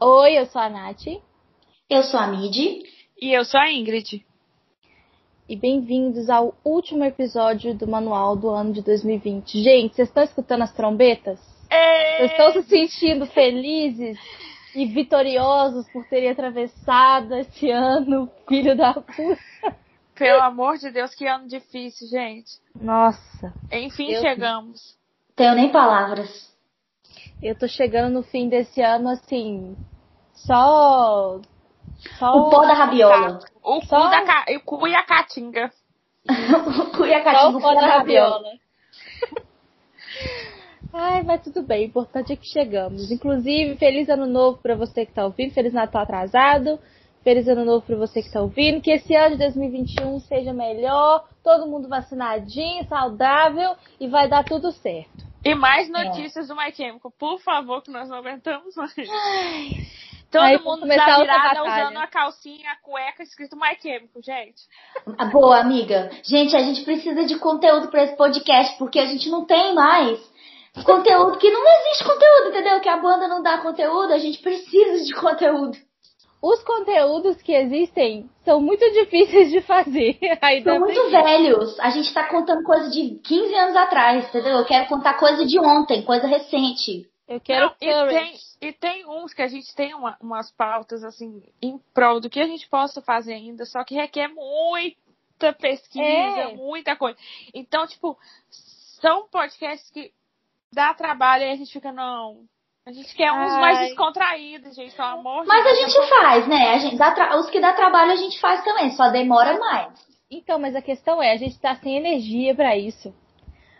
Eu sou a Nath. Eu sou a Midi. E eu sou a Ingrid. E bem-vindos ao último episódio do manual do ano de 2020. Gente, vocês estão escutando as trombetas? Vocês estão se sentindo felizes e vitoriosos por terem atravessado esse ano, filho da puta? Pelo amor de Deus, que ano difícil, gente. Nossa, Enfim, Eu- chegamos. Tenho nem palavras. eu tô chegando no fim desse ano assim, só. Só O pó da rabiola. Tá. O cu, Só- da ca... o cu e a caatinga. O cu e a Só catinga, o pó da rabiola. Ai, mas tudo bem, o importante é que chegamos. Inclusive, feliz ano novo pra você que tá ouvindo, feliz Natal atrasado, feliz ano novo pra você que tá ouvindo, que esse ano de 2021 seja melhor, todo mundo vacinadinho, saudável e vai dar tudo certo. E É. mais notícias do My Chemical, por favor, que nós não aguentamos mais. Todo Aí vamos mundo começar na outra virada batalha. usando a calcinha, a cueca, escrito My Chemical, gente. Ah, Boa, amiga. Gente, a gente precisa de conteúdo pra esse podcast, porque a gente não tem mais conteúdo, que não existe conteúdo, entendeu? Que a banda não dá conteúdo, a gente precisa de conteúdo. Os conteúdos que existem são muito difíceis de fazer. Ainda São bem muito que- velhos. A gente tá contando coisa de 15 anos atrás, entendeu? Eu quero contar coisa de ontem, coisa recente. Eu quero Não, e, courage. tem, e tem uns que a gente tem uma- umas pautas, assim, em prol do que a gente possa fazer ainda, só que requer muita pesquisa, É. muita coisa. Então, tipo, são podcasts que dá trabalho e a gente fica, não. A gente quer uns mais Ai. descontraídos, gente, pelo amor de Mas a Deus, gente faz, né? A gente dá tra- Os que dá trabalho a gente faz também, só demora mais. Então, mas a questão é, a gente tá sem energia pra isso.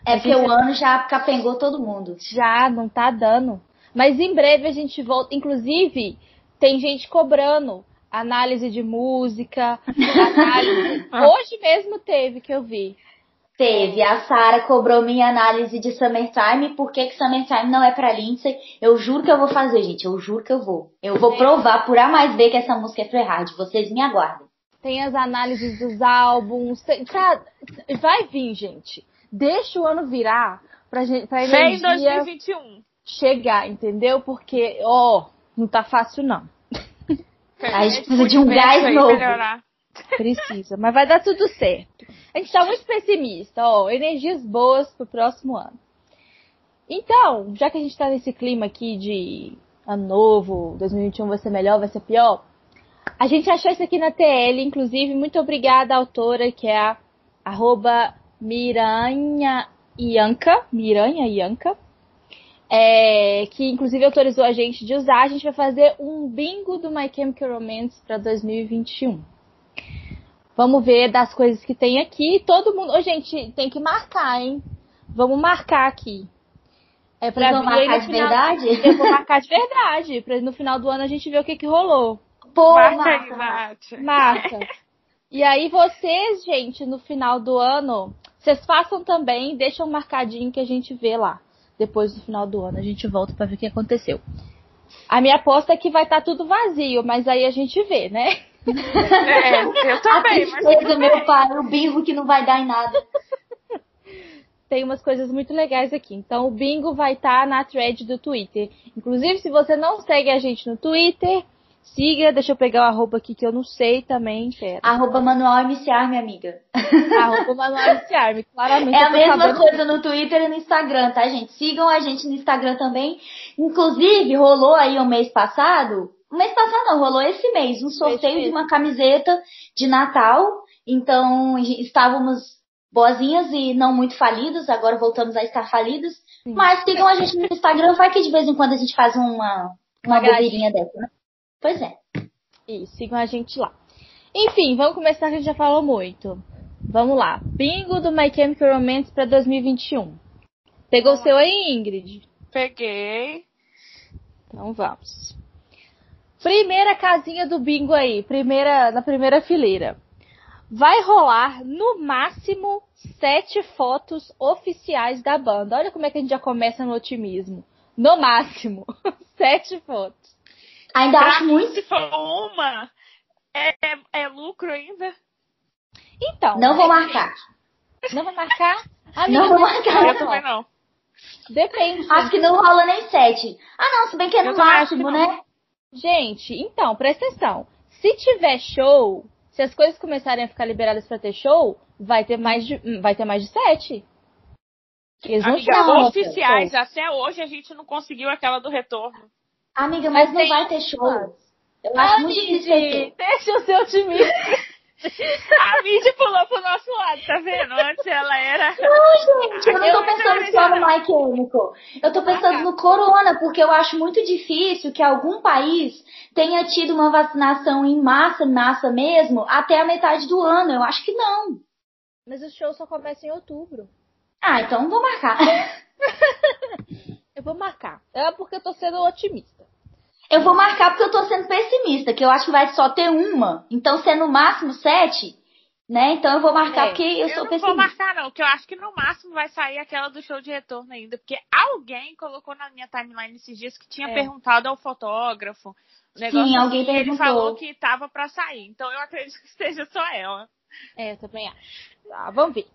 É porque o ano já capengou todo mundo. Já, não tá dando. Mas em breve a gente volta. Inclusive, tem gente cobrando análise de música, análise. Hoje mesmo teve que eu vi. Teve, a Sara cobrou minha análise de Summertime, por que que Summertime não é pra Lindsay? Eu juro que eu vou fazer, gente, eu juro que eu vou. Eu É. vou provar por A mais B que essa música é Ferrari, vocês me aguardem. Tem as análises dos álbuns. tem- tá- vai vir, gente. Deixa o ano virar pra, gente, pra Vem energia 2021. chegar, entendeu? Porque, ó, não tá fácil não. A gente precisa de um gás novo. Melhorar. Precisa, mas vai dar tudo certo. A gente tá muito pessimista, ó. Energias boas pro próximo ano. Então, já que a gente tá nesse clima aqui de ano novo, 2021 vai ser melhor, vai ser pior, a gente achou isso aqui na TL, inclusive, muito obrigada à autora, que é a arroba Miranha Ianca, Miranha Ianca, é, que inclusive autorizou a gente de usar. A gente vai fazer um bingo do My Chemical Romance pra 2021. Vamos ver das coisas que tem aqui. Todo mundo. Ô, gente, tem que marcar, hein? Vamos marcar aqui. É pra Vocês vão vir aí no marcar de final- verdade? Eu vou É marcar de verdade, pra no final do ano a gente ver o que, que rolou. Pô, Marca aí, Marta. Nath. Marca. E aí vocês, gente, no final do ano, vocês façam também, deixam marcadinho que a gente vê lá. Depois do final do ano a gente volta pra ver o que aconteceu. A minha aposta é que vai estar tudo vazio, mas aí a gente vê, né? É, eu A também, mas tristeza, meu pai, o bingo que não vai dar em nada. Tem umas coisas muito legais aqui. Então o bingo vai estar na thread do Twitter. Inclusive, se você não segue a gente no Twitter, siga. Deixa eu pegar o arroba aqui que eu não sei também. Pera. Arroba manual MCR, minha amiga. Arroba Manual de Arme, claramente. É a eu tô mesma acabando- coisa no Twitter e no Instagram, tá, gente? Sigam a gente no Instagram também. Inclusive, rolou aí o mês passado. O mês passado não, rolou esse mês, um sorteio mesmo. de uma camiseta de Natal. Então, estávamos boazinhas e não muito falidos, agora voltamos a estar falidos. Sim. Mas sigam a gente no Instagram, vai que de vez em quando a gente faz uma, uma Uma bobeirinha dessa, né? Pois é. Isso, sigam a gente lá. Enfim, vamos começar que a gente já falou muito. Vamos lá. Bingo do My Chemical Romance pra 2021. Pegou o seu aí, Ingrid? peguei. Então vamos. Primeira casinha do bingo aí, primeira, na primeira fileira. Vai rolar no máximo sete fotos oficiais da banda. Olha como é que a gente já começa no otimismo. No máximo, sete fotos. Ainda Pra acho mim, muito. Se for uma, é, é- é lucro ainda. Então, Não é. vou marcar. Não vai marcar? Amiga, Não vou Eu marcar. também não. Depende. Acho que não rola nem sete. Ah, não, se bem que é Eu no também acho que máximo, não. né? Gente, então, presta atenção. Se tiver show, se as coisas começarem a ficar liberadas pra ter show, vai ter mais de, hum, vai ter mais de sete. Eles vão Amiga, tirar uma outra, oficiais, pô. até hoje a gente não conseguiu aquela do retorno. Amiga, Mas mas, não tem Ah, vai ter show. Eu acho muito difícil ter. Deixa eu ser otimista. A Mindy pulou pro nosso lado, tá vendo? Antes ela era. Não, gente, eu não Eu tô acho pensando só no Maicônico. Eu tô pensando no corona, porque eu acho muito difícil que algum país tenha tido uma vacinação em massa, massa mesmo, até a metade do ano. Eu acho que não. Mas o show só começa em outubro. Ah, então vou marcar. Eu vou marcar. É porque eu tô sendo otimista. Eu vou marcar porque eu tô sendo pessimista, que eu acho que vai só ter uma. Então, se é no máximo sete, né? Então eu vou É, marcar porque eu, sou não vou pessimista. marcar, não, porque eu acho que no máximo vai sair aquela do show de retorno ainda. Porque alguém colocou na minha timeline esses dias que tinha É. perguntado ao fotógrafo. um negócio Sim, alguém assim, e Ele perguntou. falou que tava pra sair. Então eu acredito que seja só ela. É, eu também acho. Tá, vamos ver.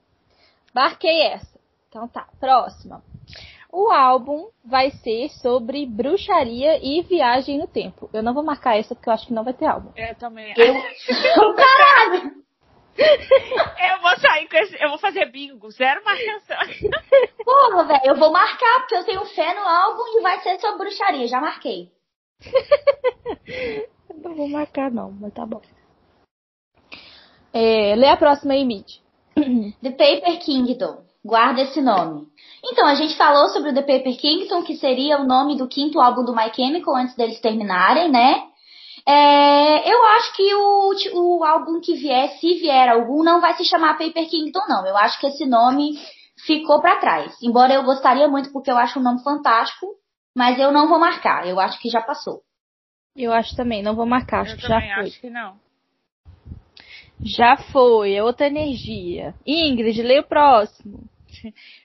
Marquei essa. Então tá, próxima. O álbum vai ser sobre bruxaria e viagem no tempo. Eu não vou marcar essa porque eu acho que não vai ter álbum. Eu também. Eu... Caralho! Eu vou sair com esse. Eu vou fazer bingo, zero marcação. Porra, velho, eu vou marcar porque eu tenho fé no álbum e vai ser sobre bruxaria. Já marquei. Eu não vou marcar não, mas tá bom. É, lê a próxima aí, Mid. The Paper Kingdom. Guarda esse nome. Então, a gente falou sobre o The Paper Kingdom, que seria o nome do quinto álbum do My Chemical antes deles terminarem, né? É, eu acho que o, ulti- o álbum que vier, se vier algum, não vai se chamar Paper Kingdom, não. Eu acho que esse nome ficou pra trás. Embora eu gostaria muito, porque eu acho um nome fantástico, mas eu não vou marcar. Eu acho que já passou. Eu acho também, não vou marcar, acho eu que já também foi. acho que não. Já foi, é outra energia. Ingrid, lê o próximo.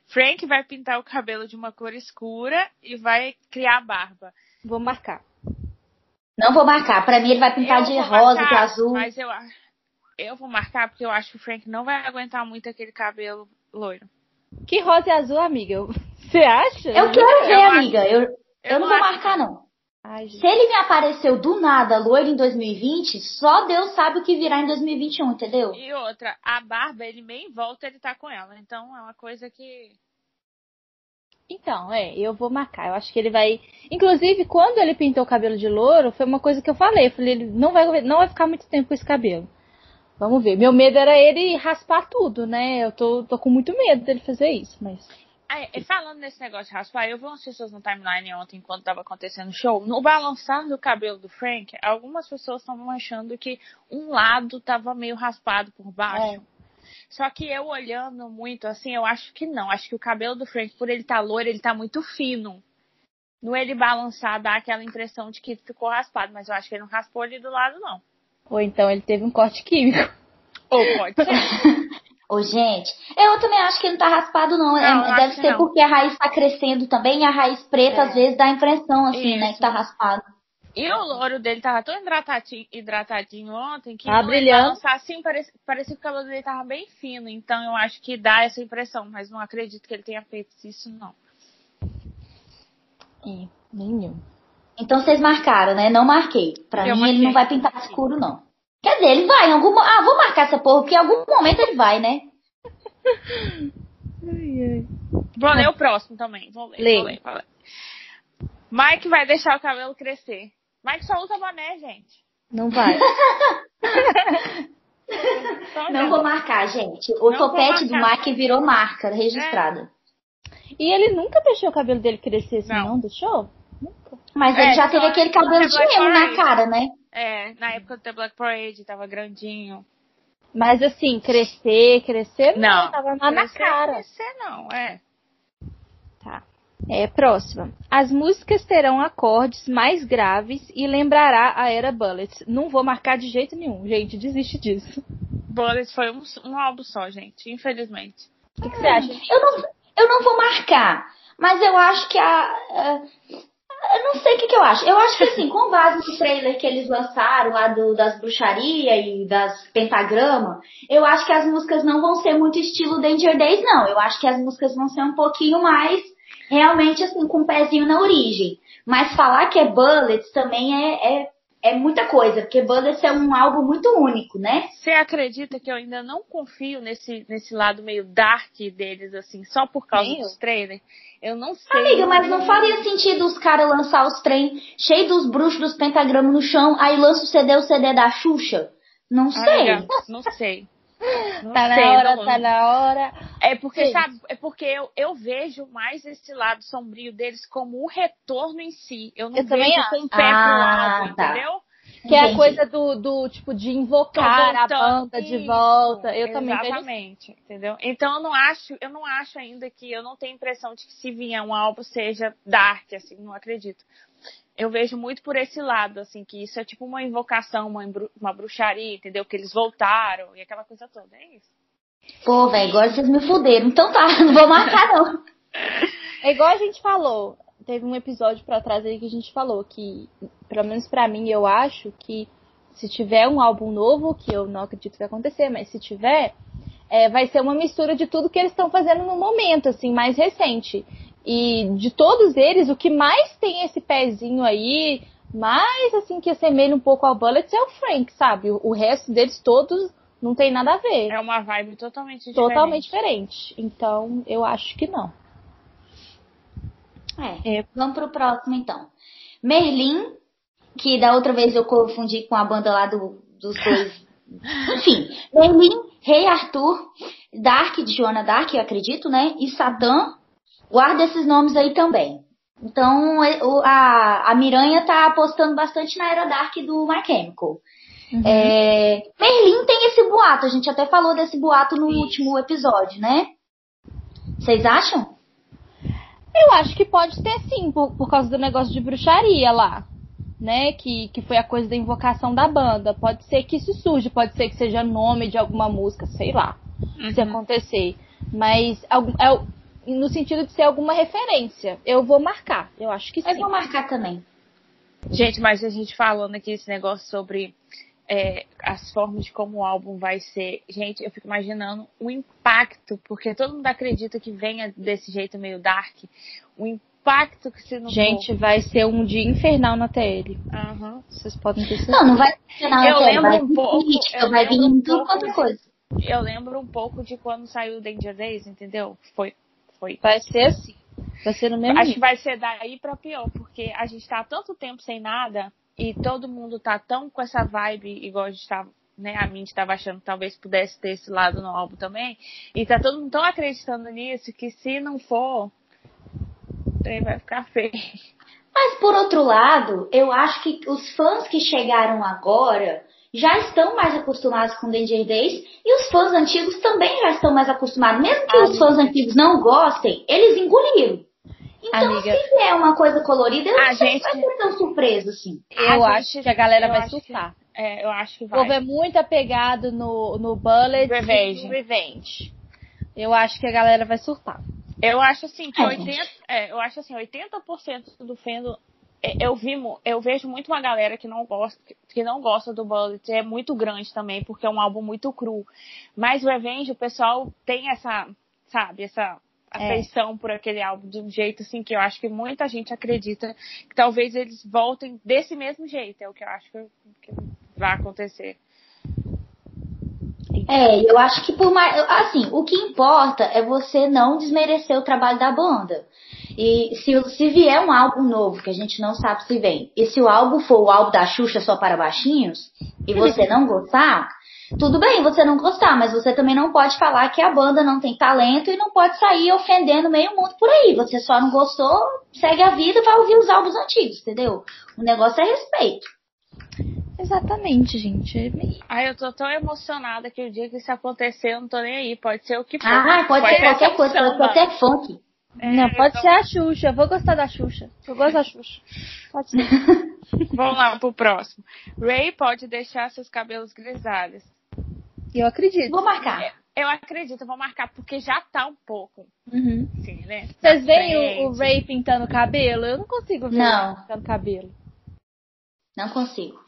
Frank vai pintar o cabelo de uma cor escura e vai criar barba. Vou marcar. Não vou marcar. Pra mim, ele vai pintar Eu de vou rosa, marcar, de azul. Mas eu, a- eu vou marcar porque eu acho que o Frank não vai aguentar muito aquele cabelo loiro. Que rosa e azul, amiga? Você acha? Eu quero ver, Eu acho- amiga. Eu, eu não vou acho- marcar, não. Ai, gente. Se ele me apareceu do nada loiro em 2020, só Deus sabe o que virá em 2021, entendeu? E outra, a barba, ele meio em volta, ele tá com ela. Então é uma coisa que. Então, é, eu vou marcar. Eu acho que ele vai. Inclusive, quando ele pintou o cabelo de louro, foi uma coisa que eu falei. Eu falei, ele não vai, não vai ficar muito tempo com esse cabelo. Vamos ver. Meu medo era ele raspar tudo, né? Eu tô, tô com muito medo dele fazer isso, mas. Ah, e falando nesse negócio de raspar, eu vi umas pessoas no timeline ontem, enquanto tava acontecendo o show. No balançar do cabelo do Frank, algumas pessoas estavam achando que um lado tava meio raspado por baixo. Só que eu olhando muito assim, eu acho que não. Acho que o cabelo do Frank, por ele estar tá loiro, ele tá muito fino. No ele balançar, dá aquela impressão de que ficou raspado, mas eu acho que ele não raspou ali do lado, não. Ou então ele teve um corte químico. Ou pode ser. Ô, gente, eu também acho que ele não tá raspado, não. É- Não, eu Deve acho que ser não. É. porque a raiz tá crescendo também e a raiz preta, às vezes, dá a impressão, assim, Isso. né, que tá raspado. e o louro dele tava tão hidratadinho, hidratadinho ontem que Tá no ele brilhando. balançar assim, parecia, parecia que o cabelo dele tava bem fino. Então eu acho que dá essa impressão, mas não acredito que ele tenha feito isso, não. É, nenhum. Então vocês marcaram, né? Não marquei. Pra Eu mim, ele não marquei. vai pintar escuro, não. Quer dizer, ele vai em algum... mo- Ah, vou marcar essa porra, porque em algum momento ele vai, né? Vou ler o próximo também. Vou ler. Leia. Vou ler, vou ler. Mike vai deixar o cabelo crescer. Mike só usa boné, gente. Não vai. Só Não usa. vou marcar, gente. O Não vou topete do marcar. É. Mike virou marca registrada. e ele nunca deixou o cabelo dele crescer assim, não, Não. deixou? Nunca. Mas É, ele já então teve aquele ele não cabelo de vai emo na sair. cara, né? É, na época do The Black Parade, tava grandinho. Mas assim, crescer, crescer, não. Não. Tava lá na Crescer, cara. Crescer não, é. Tá. É, próxima. As músicas terão acordes mais graves e lembrará a era Bullets. Não vou marcar de jeito nenhum, gente. Desiste disso. Bullets foi um, um álbum só, gente, infelizmente. O que, que você acha? Eu não, eu não vou marcar, mas eu acho que a. a- eu não sei o que, que eu acho. Eu acho que assim, com base no trailer que eles lançaram lá do, das bruxaria e das pentagrama, eu acho que as músicas não vão ser muito estilo Danger Days, não. Eu acho que as músicas vão ser um pouquinho mais realmente assim, com um pezinho na origem. Mas falar que é Bullets também é, é, é muita coisa, porque Bullets é um álbum muito único, né? Você acredita que eu ainda não confio nesse, nesse lado meio dark deles, assim, só por causa Nem dos eu. trailers? Eu não sei. Amiga, mas não faria sentido os caras lançar os trem cheio dos bruxos dos pentagramas no chão, aí lança o CD, o CD da Xuxa? Não sei. Amiga, não sei. Não Tá sei, na hora, não- tá na hora. É porque, Sim. sabe, é porque eu, eu vejo mais esse lado sombrio deles como o retorno em si. Eu não Eu também vejo acho. com o pé Ah, pro lado, tá. entendeu? Que é a Entendi. coisa do, do tipo, de invocar a Tô voltando. banda de Isso, volta. Eu também vejo. assim. Exatamente, entendeu? Então eu não acho, eu não acho ainda que eu não tenho impressão de que se vier um álbum seja dark, assim, não acredito. Eu vejo muito por esse lado, assim, que isso é tipo uma invocação, uma, embru- uma bruxaria, entendeu? Que eles voltaram e aquela coisa toda. É isso. Pô, velho, agora vocês me fuderam. Então tá, não vou marcar não. É igual a gente falou. Teve um episódio pra trás aí que a gente falou que, pelo menos pra mim, eu acho que se tiver um álbum novo, que eu não acredito que vai acontecer, mas se tiver, é, vai ser uma mistura de tudo que eles estão fazendo no momento, assim, mais recente. E de todos eles, o que mais tem esse pezinho aí, mais assim, que assemelha um pouco ao Bullets é o Frank, sabe? O, o resto deles todos não tem nada a ver. É uma vibe totalmente diferente. totalmente diferente. Então, eu acho que não. É, vamos pro próximo então. Merlin, que da outra vez eu confundi com a banda lá do, dos dois. Enfim, Merlin, Rei Arthur, Dark, de Joana Dark, eu acredito, né? E Satã, guarda esses nomes aí também. Então, é, o- a, a Miranha tá apostando bastante na era Dark do My Chemical. É, Merlin tem esse boato, a gente até falou desse boato no último episódio, né? Vocês acham? Eu acho que pode ter sim, por, por causa do negócio de bruxaria lá. Né? Que, que foi a coisa da invocação da banda. Pode ser que isso surja, pode ser que seja nome de alguma música, sei lá. Uhum. Se acontecer. Mas algu- é o- no sentido de ser alguma referência. Eu vou marcar. Eu acho que Eu sim. vou marcar também. Gente, mas a gente falando aqui esse negócio sobre é, as formas de como o álbum vai ser, gente, eu fico imaginando o impacto, porque todo mundo acredita que venha desse jeito meio dark, o impacto que se não for. Gente, vai ser um dia infernal na TL. Aham. Vocês podem ter certeza. Não, não vai ser nada. Eu lembro vai um vir pouco, política, eu vai vir lembro um tudo pouco quanto é de- coisa. Eu lembro um pouco de quando saiu o Danger Days, entendeu? Foi, foi. Vai ser assim. Vai ser no mesmo Acho que nível. vai ser daí pra pior, porque a gente tá há tanto tempo sem nada e todo mundo tá tão com essa vibe igual a gente tava, né? A Mindy tava achando que talvez pudesse ter esse lado no álbum também. E tá todo mundo tão acreditando nisso que se não for, o trem vai ficar feio. Mas por outro lado, eu acho que os fãs que chegaram agora já estão mais acostumados com Danger Days e os fãs antigos também já estão mais acostumados. Mesmo que os fãs antigos não gostem, eles engoliram. Então, Amiga. se vier uma coisa colorida, eu A não sei gente- se vai ser tão surpresa assim. Eu A acho gente- que a galera eu vai acho que- surtar. É, eu acho que O povo vai. é muito apegado no, no Bullet Revenge. e no Revenge. Eu acho que a galera vai surtar. Eu acho assim que É, 80, é, eu acho assim, 80% do fandom é, eu vi, mu- eu vejo muito uma galera que não gosta que não gosta do Bullet, é muito grande também, porque é um álbum muito cru. Mas o Revenge, o pessoal tem essa, sabe, essa É. afeição por aquele álbum de um jeito assim que eu acho que muita gente acredita que talvez eles voltem desse mesmo jeito, é o que eu acho que, que vai acontecer. É, eu acho que por mais. Assim, o que importa é você não desmerecer o trabalho da banda. E se, se vier um álbum novo, que a gente não sabe se vem, e se o álbum for o álbum da Xuxa só para baixinhos, e você não gostar, tudo bem você não gostar, mas você também não pode falar que a banda não tem talento e não pode sair ofendendo meio mundo por aí. Você só não gostou, segue a vida e vai ouvir os álbuns antigos, entendeu? O negócio é respeito. Exatamente, gente. Ai, eu tô tão emocionada que o dia que isso acontecer, eu não tô nem aí. Pode ser o que for. Ah, pode, ser qualquer coisa, samba. pode ser até funk. Não, É, pode então- ser a Xuxa. Eu vou gostar da Xuxa. Eu gosto da Xuxa. Pode ser. Vamos lá pro próximo. Ray pode deixar seus cabelos grisalhos. Eu acredito. Vou marcar. Eu acredito, eu vou marcar, porque já tá um pouco, Uhum. assim, né? Vocês veem o, o Gente. Ray pintando o cabelo? Eu não consigo ver Não. ele pintando o cabelo. Não consigo.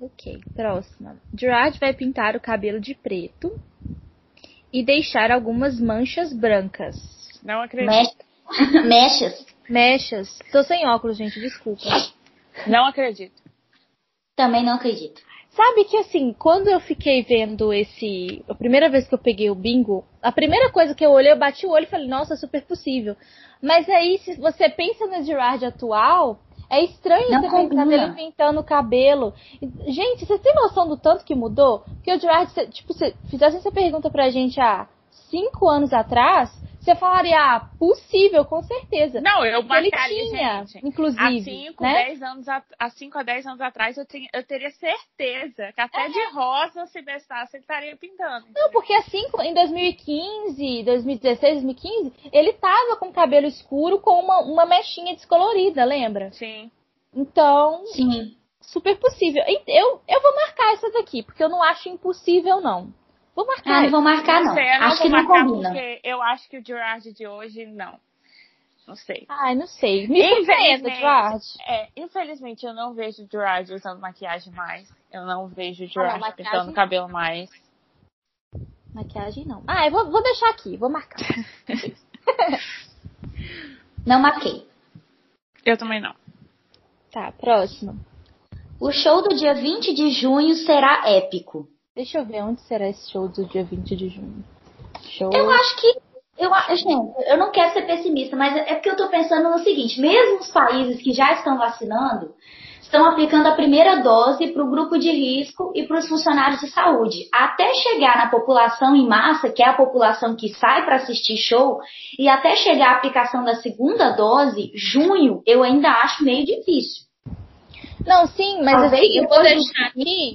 Ok, próxima. Gerard vai pintar o cabelo de preto e deixar algumas manchas brancas. Não acredito. Mexe- Mechas. Mechas. Tô sem óculos, gente, desculpa. Não acredito. Também não acredito. Sabe que assim, quando eu fiquei vendo esse. A primeira vez que eu peguei o bingo, a primeira coisa que eu olhei, eu bati o olho e falei, nossa, é super possível. Mas aí, se você pensa na Girard atual, é estranho Não você pensar combina. nele pintando o cabelo. E, Gente, vocês têm noção do tanto que mudou? Porque o Girard, se- tipo, se fizessem essa pergunta pra gente há cinco anos atrás, você falaria, ah, possível, com certeza. Não, eu Ele marcaria, tinha, gente. Há inclusive. 5 né? anos a, há cinco a 10 anos atrás, eu, tenho- eu teria certeza que até É. de rosa, se bestasse, ele estaria pintando. Não, porque assim, em 2015, 2016, 2015, ele tava com cabelo escuro com uma, uma mechinha descolorida, lembra? Sim. Então, Sim. super possível. E Eu, eu vou marcar essa daqui, porque eu não acho impossível, não. Vou Ah, marcar. não vou marcar, não. É, sei, eu não Acho vou que não marcar combina. porque eu acho que o Gerard de hoje, não. Não sei. Ai, não sei. Me Infelizmente. surpreenda, Eduardo. É, infelizmente eu não vejo o Gerard usando maquiagem mais. Eu não vejo o Ah, não, Gerard maquiagem pintando não. o cabelo mais. Maquiagem, não. Ah, eu vou, vou deixar aqui, vou marcar. Não marquei. Eu também não. Tá, próximo. O show do dia 20 de junho será épico. Deixa eu ver onde será esse show do dia 20 de junho. Show. Eu acho que. Eu, a- gente, eu não quero ser pessimista, mas é porque eu tô pensando no seguinte: mesmo os países que já estão vacinando, estão aplicando a primeira dose para o grupo de risco e para os funcionários de saúde, até chegar na população em massa, que é a população que sai para assistir show, e até chegar a aplicação da segunda dose, junho, eu ainda acho meio difícil. Não, sim, mas Talvez assim, eu vou depois deixar aqui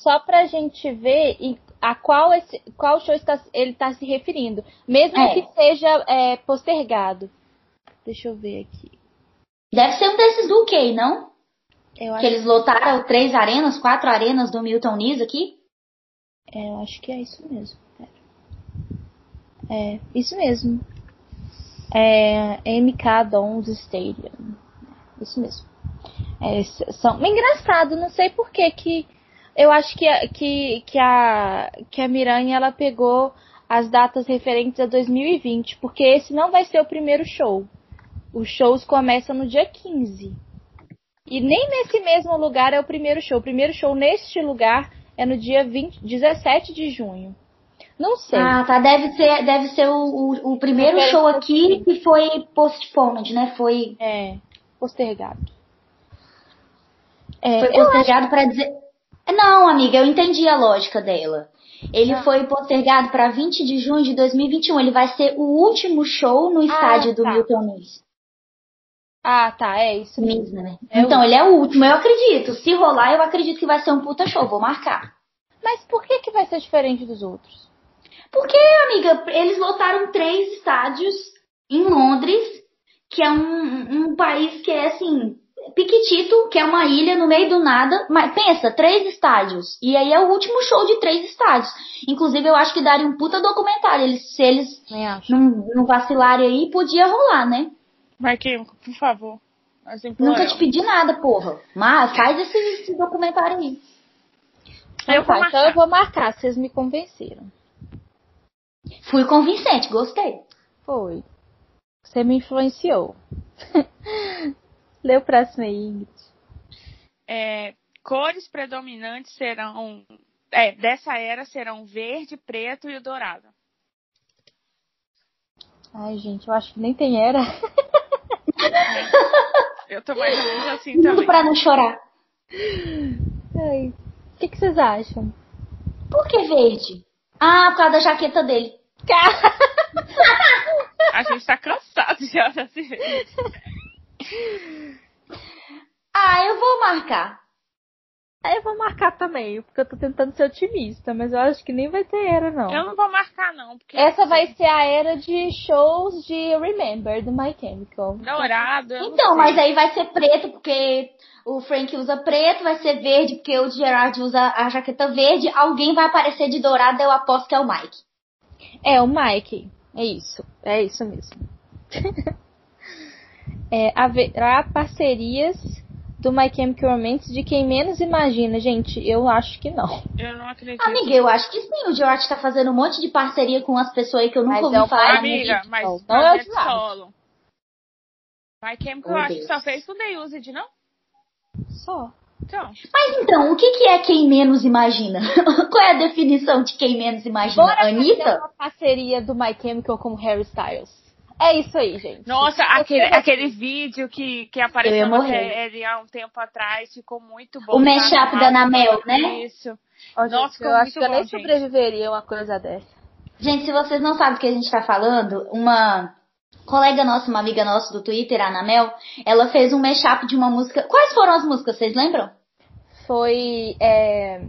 só pra gente ver em- a qual, esse, qual show está, ele está se referindo. Mesmo É. que seja é, postergado. Deixa eu ver aqui. Deve ser um desses do UK, não? Eu Que acho, eles lotaram três arenas, quatro arenas do Milton Nis aqui. é, eu acho que é isso mesmo. Pera. É, isso mesmo. É, MK Dons Stadium. Isso mesmo. É, s- são... Engraçado, não sei por que que... Eu acho que a, que, que a, que a Miranha, ela pegou as datas referentes a 2020, porque esse não vai ser o primeiro show. Os shows começam no dia 15. E nem nesse mesmo lugar é o primeiro show. O primeiro show neste lugar é no dia 20, 17 de junho. Não sei. Ah, tá. Deve ser, deve ser o, o, o primeiro Primeiro show aqui que foi postponed, né? Foi, É, postergado. É, foi eu- postergado pra dizer. É, Não, amiga, eu entendi a lógica dela. Ele Ah. foi postergado pra 20 de junho de 2021. Ele vai ser o último show no estádio do tá. Milton Nunes. Ah, tá, é isso mesmo. Nunes, né? É o- então, ele é o último, eu acredito. Se rolar, eu acredito que vai ser um puta show, vou marcar. Mas por que que vai ser diferente dos outros? Porque, amiga, eles lotaram três estádios em Londres, que é um, um país que é assim, piquitito, que é uma ilha no meio do nada. Mas pensa, três estádios. E aí é o último show de três estádios. Inclusive, eu acho que daria um puta documentário. Eles, se eles Nem acho. não, não vacilarem aí, podia rolar, né? Marquinhos, por favor. Assim, Nunca te pedi nada, porra. Mas faz esse, esse documentário aí. Eu vou Tá, então marcar. eu vou marcar, vocês me convenceram. Fui convincente, gostei. Foi. Você me influenciou. Lê o próximo aí, Ingrid. É, cores predominantes serão. É, dessa era serão verde, preto e o dourado. Ai, gente, eu acho que nem tem era. Eu tô mais ou menos assim Tudo também. pra não chorar. Ai, O que, que vocês acham? Por que verde? Ah, por causa da jaqueta dele. A gente tá cansado já desse jeito. Ah, eu vou marcar. Ah, eu vou marcar também, porque eu tô tentando ser otimista, mas eu acho que nem vai ter era, não. Eu não vou marcar, não, porque Essa vai ser a era de shows de Remember, do My Chemical. dourado. eu não Então, sei. mas aí vai ser preto porque o Frank usa preto, vai ser verde porque o Gerard usa a jaqueta verde. Alguém vai aparecer de dourado, eu aposto que é o Mike. É, o Mike. É isso. É isso mesmo. É, haverá parcerias do My Chemical Romance de quem menos imagina. Gente, eu acho que não. Eu não acredito. Amiga, eu acho que sim. O George tá fazendo um monte de parceria com umas pessoas aí que eu nunca ouvi falar. Amiga, mas Não, não é eu de te largo. solo. My Chemical, Oh, eu acho que Deus. só fez com The Used, não? Só. Então, Mas então, o que, que é quem menos imagina? Qual é a definição de quem menos imagina? Bora fazer Anitta? uma parceria do My Chemical com o Harry Styles. É isso aí, gente. nossa, aquele, aquele vídeo que, que Eu ia apareceu na morrer. série há um tempo atrás ficou muito bom. O mashup da Namel, né? Isso. Ó, gente, Nossa, ficou eu acho que muito eu bom, nem gente. sobreviveria a uma coisa dessa. Gente, se vocês não sabem do que a gente tá falando, uma colega nossa, uma amiga nossa do Twitter, a Anamel, ela fez um mashup de uma música. Quais foram as músicas, vocês lembram? Foi. É...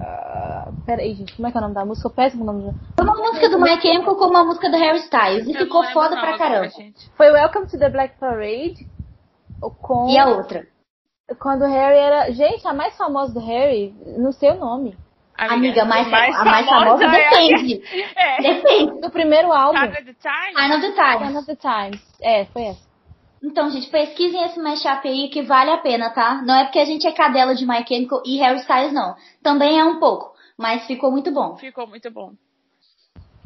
ah, peraí, gente, como é que é o nome da música? Eu péssimo o nome. da- Foi uma música do My Chemical com uma música do Harry Styles. E Eu ficou não lembro foda o pra nome, caramba. gente. Foi Welcome to the Black Parade. Com... E a outra? Quando o Harry era. Gente, a mais famosa do Harry, não sei o nome. Amiga, a mais, mais a mais famosa, é a- depende. É, Depende. Do primeiro álbum. Saga the Time? Sign of the One Times. of the Times. É, foi essa. Então, gente, pesquisem esse mashup aí que vale a pena, tá? Não é porque a gente é cadela de My Chemical e Harry Styles, não. Também é um pouco, mas ficou muito bom. Ficou muito bom.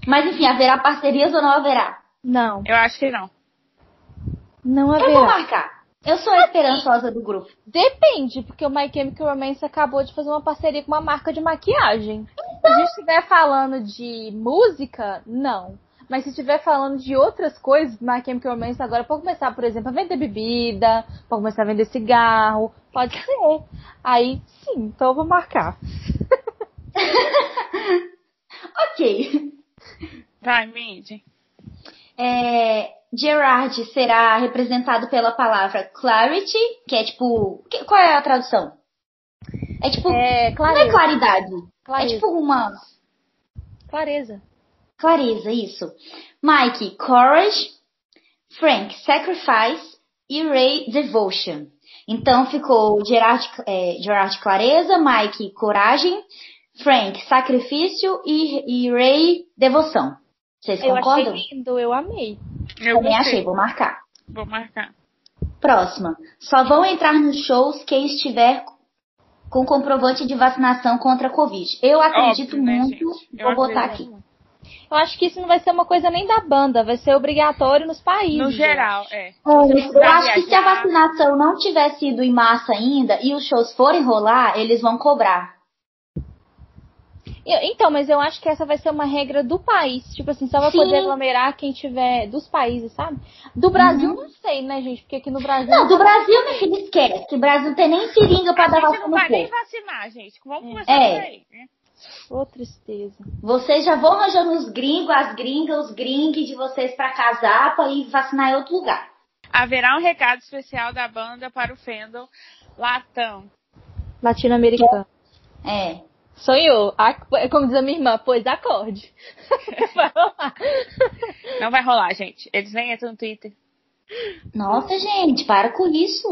Mas enfim, haverá parcerias ou não haverá? Não, Eu acho que não. não Eu vou haverá. marcar. Eu sou a esperançosa do grupo. Depende, porque o My Chemical Romance acabou de fazer uma parceria com uma marca de maquiagem. Se a gente estiver falando de música, não. Mas se estiver falando de outras coisas, My Chemical Romance agora pode começar, por exemplo, a vender bebida, pode começar a vender cigarro, pode ser. Aí, sim, então eu vou marcar. Ok. Vai, Mindy. É, Gerard será representado pela palavra clarity, que é tipo. que- qual é a tradução? É tipo. É, Não é clareza. claridade. Clareza. É tipo uma. clareza. Clareza, isso. Mike, Courage. Frank, Sacrifice. E Ray, Devotion. Então ficou Gerard, é, Gerard Clareza, Mike, Coragem. Frank, Sacrifício. E, e Ray, Devoção. Vocês Eu concordam? achei lindo, eu amei. Eu Também gostei. achei, vou marcar. Vou marcar. Próxima. Só vão entrar nos shows quem estiver com comprovante de vacinação contra a Covid. Eu acredito Óbvio, né, muito, gente? Eu vou botar acredito aqui. muito. Eu acho que isso não vai ser uma coisa nem da banda, vai ser obrigatório nos países. No geral, é. Eu acho que se a viajar. vacinação não tiver sido em massa ainda e os shows forem rolar, eles vão cobrar. Eu- então, mas eu acho que essa vai ser uma regra do país. Tipo assim, só vai Sim. poder aglomerar quem tiver dos países, sabe? Do Brasil, não sei, né, gente? Porque aqui no Brasil. Uhum. Não, do Brasil, minha filha, esquece. Que o Brasil não tem nem seringa pra A dar gente vacina não no vai nem povo. vacinar, gente. Vamos começar É. por aí. né? Ô, é tristeza. Vocês já vão arranjando os gringos, as gringas, os gringues de vocês pra casar pra ir vacinar em outro lugar. Haverá um recado especial da banda para o Fendel Latão. Latino-americano. É. Sonhou. Ac- é Como diz a minha irmã, pois acorde. Vai lá. Não vai rolar, gente. Eles nem entram no Twitter. Nossa, gente, para com isso.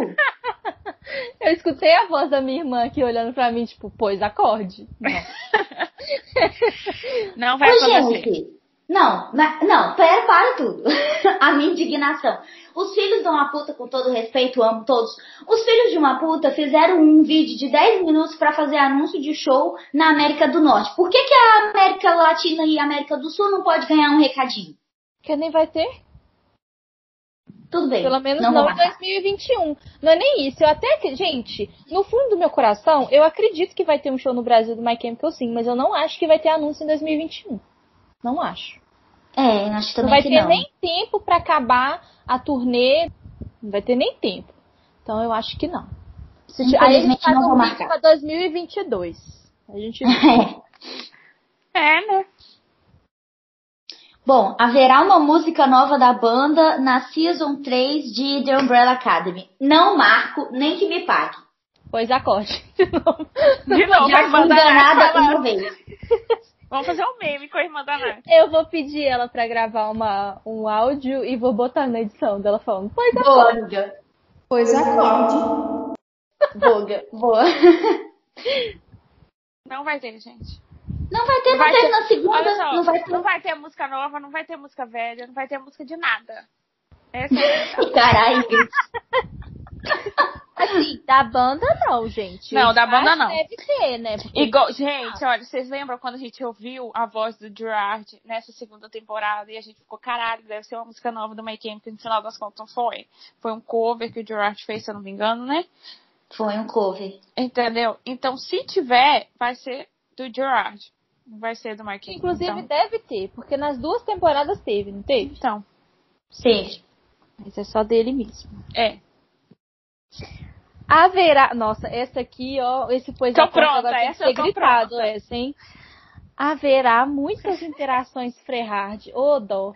eu escutei a voz da minha irmã aqui olhando pra mim, tipo, pois acorde. Não vai Ô, acontecer. gente. Não, na- não, pera, para tudo. a minha indignação. Os filhos de uma puta, com todo respeito, amo todos. Os filhos de uma puta fizeram um vídeo de 10 minutos pra fazer anúncio de show na América do Norte. Por que, que a América Latina e a América do Sul não pode ganhar um recadinho? Porque nem vai ter? Tudo bem. Pelo menos não não, vou em marcar. 2021. Não é nem isso. Eu até. acre- Gente, no fundo do meu coração, eu acredito que vai ter um show no Brasil do My Chemical sim, mas eu não acho que vai ter anúncio em 2021. Não acho. É, acho não também vai que ter não. nem tempo pra acabar a turnê. Não vai ter nem tempo. Então eu acho que não. Se ti- Aí eles Infelizmente, fazem não vou um vídeo marcar. pra 2022. A gente. É. É, né? Bom, haverá uma música nova da banda na Season 3 de The Umbrella Academy. Não marco, nem que me pague. Pois acorde. De novo, a Já fui irmã da Nath enganada uma falando. vez. Vamos fazer um meme com a irmã da Nath. eu vou pedir ela pra gravar uma, um áudio e vou botar na edição dela falando. Pois Boa, amiga. Pois acorde. Boga. Boa. Não vai ter, gente. Não vai ter, não Vai teve ter- na Olha segunda. só, Não vai ter. música nova, não vai ter música velha, não vai ter música de nada. Essa é a um Caralho. Ingrid. Assim, Da banda não, gente. Não, da banda Mas não. Deve ter, né? Porque Igual, gente, olha, vocês lembram quando a gente ouviu a voz do Gerard nessa segunda temporada e a gente ficou, caralho, deve ser uma música nova do My Camp, que no final das contas não foi. Foi um cover que o Gerard fez, se eu não me engano, né? Foi um cover. Entendeu? Então, se tiver, vai ser do Gerard. Não vai ser do My Camp. Inclusive então. deve ter, porque nas duas temporadas teve, não teve? então, Sim. Mas é só dele mesmo. é. Haverá. Nossa, essa aqui, ó, esse pois Tô é, pronta, agora tem que essa ser eu tô gritado, pronta. essa, hein? Haverá muitas interações Frehard. Ô, dó.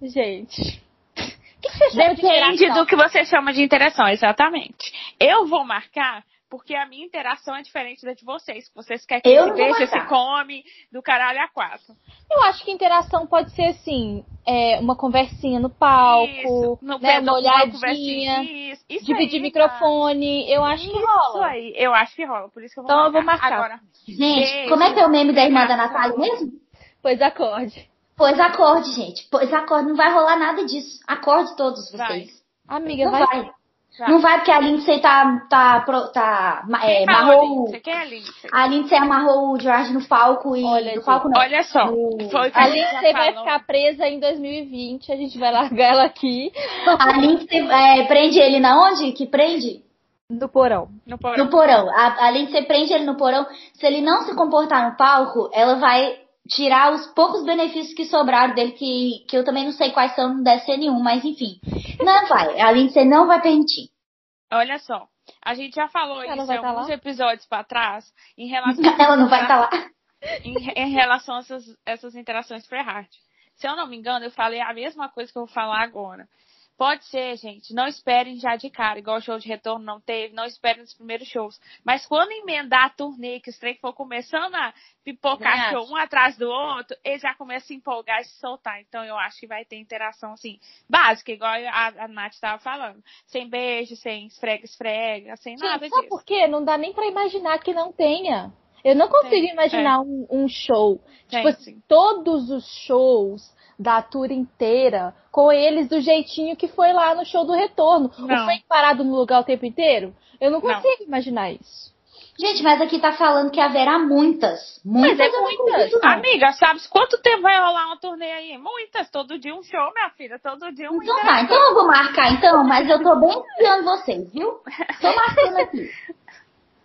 Gente. O que, que você chama de Depende interação? do que você chama de interação, exatamente. Eu vou marcar porque a minha interação é diferente da de vocês. que Vocês querem que Eu se não vou beija, se marcar. come, do caralho a quatro. Eu acho que interação pode ser assim, é, uma conversinha no palco, Isso, no- né, uma no- numa olhadinha, conversinha, isso, isso dividir aí, tá. microfone. Eu acho que Isso rola. aí, eu acho que rola, por isso que eu vou Então eu vou marcar. marcar. Agora, Gente, Gente. como é que é o meme da irmã da Natália mesmo? Pois acorde. Pois acorde, gente. Pois acorde. Não vai rolar nada disso. Acorde todos vocês. Amiga, Então Não vai. vai. já. Não vai porque a Lindsay tá, tá, pro- tá ma- é, Quem falou amarrou o- Lindsay? Quem é Lindsay? A Lindsay amarrou o George no palco e. Olha, no palco não. Olha só, O- foi o que A gente já Lindsay vai falou. ficar presa em 2020, a gente vai largar ela aqui A Lindsay é, prende ele na onde? Que prende? no porão. no porão. No porão. A, a Lindsay prende ele no porão. Se ele não se comportar no palco, ela vai tirar os poucos benefícios que sobraram dele, que, que eu também não sei quais são, não deve ser nenhum, mas enfim. Não vai. A Lindsay não vai permitir. Olha só, a gente já falou Ela isso vai em tá alguns lá? episódios pra trás em relação Ela não vai Tá. tá estar lá. em, em relação a essas, essas interações Ferrari. Se eu não me engano, eu falei a mesma coisa que eu vou falar agora. Pode ser, gente, não esperem já de cara, igual o show de retorno não teve, não esperem nos primeiros shows. Mas quando emendar a turnê, que os trem for começando a pipocar Verdade. show um atrás do outro, eles já começam a se empolgar e se soltar. Então eu acho que vai ter interação, assim, básica, igual a, a Nath estava falando. Sem beijo, sem esfrega-esfrega, sem nada Gente, sabe disso. por quê? Não dá nem pra imaginar que não tenha. Eu não consigo Tem, é. imaginar um, um show. Tem, tipo assim, sim. todos os shows da tour inteira, com eles do jeitinho que foi lá no show do retorno. Não. O Frank parado no lugar o tempo inteiro. Eu não Não. consigo imaginar isso. Gente, mas aqui tá falando que haverá muitas. Muitas. Mas é eu não muitas. acredito, não. Amiga, sabes quanto tempo vai rolar uma turnê aí? Muitas, todo dia um show, minha filha, todo dia um Então tá, então eu vou marcar então, mas eu tô bem espiando vocês, viu? Tô marcando aqui.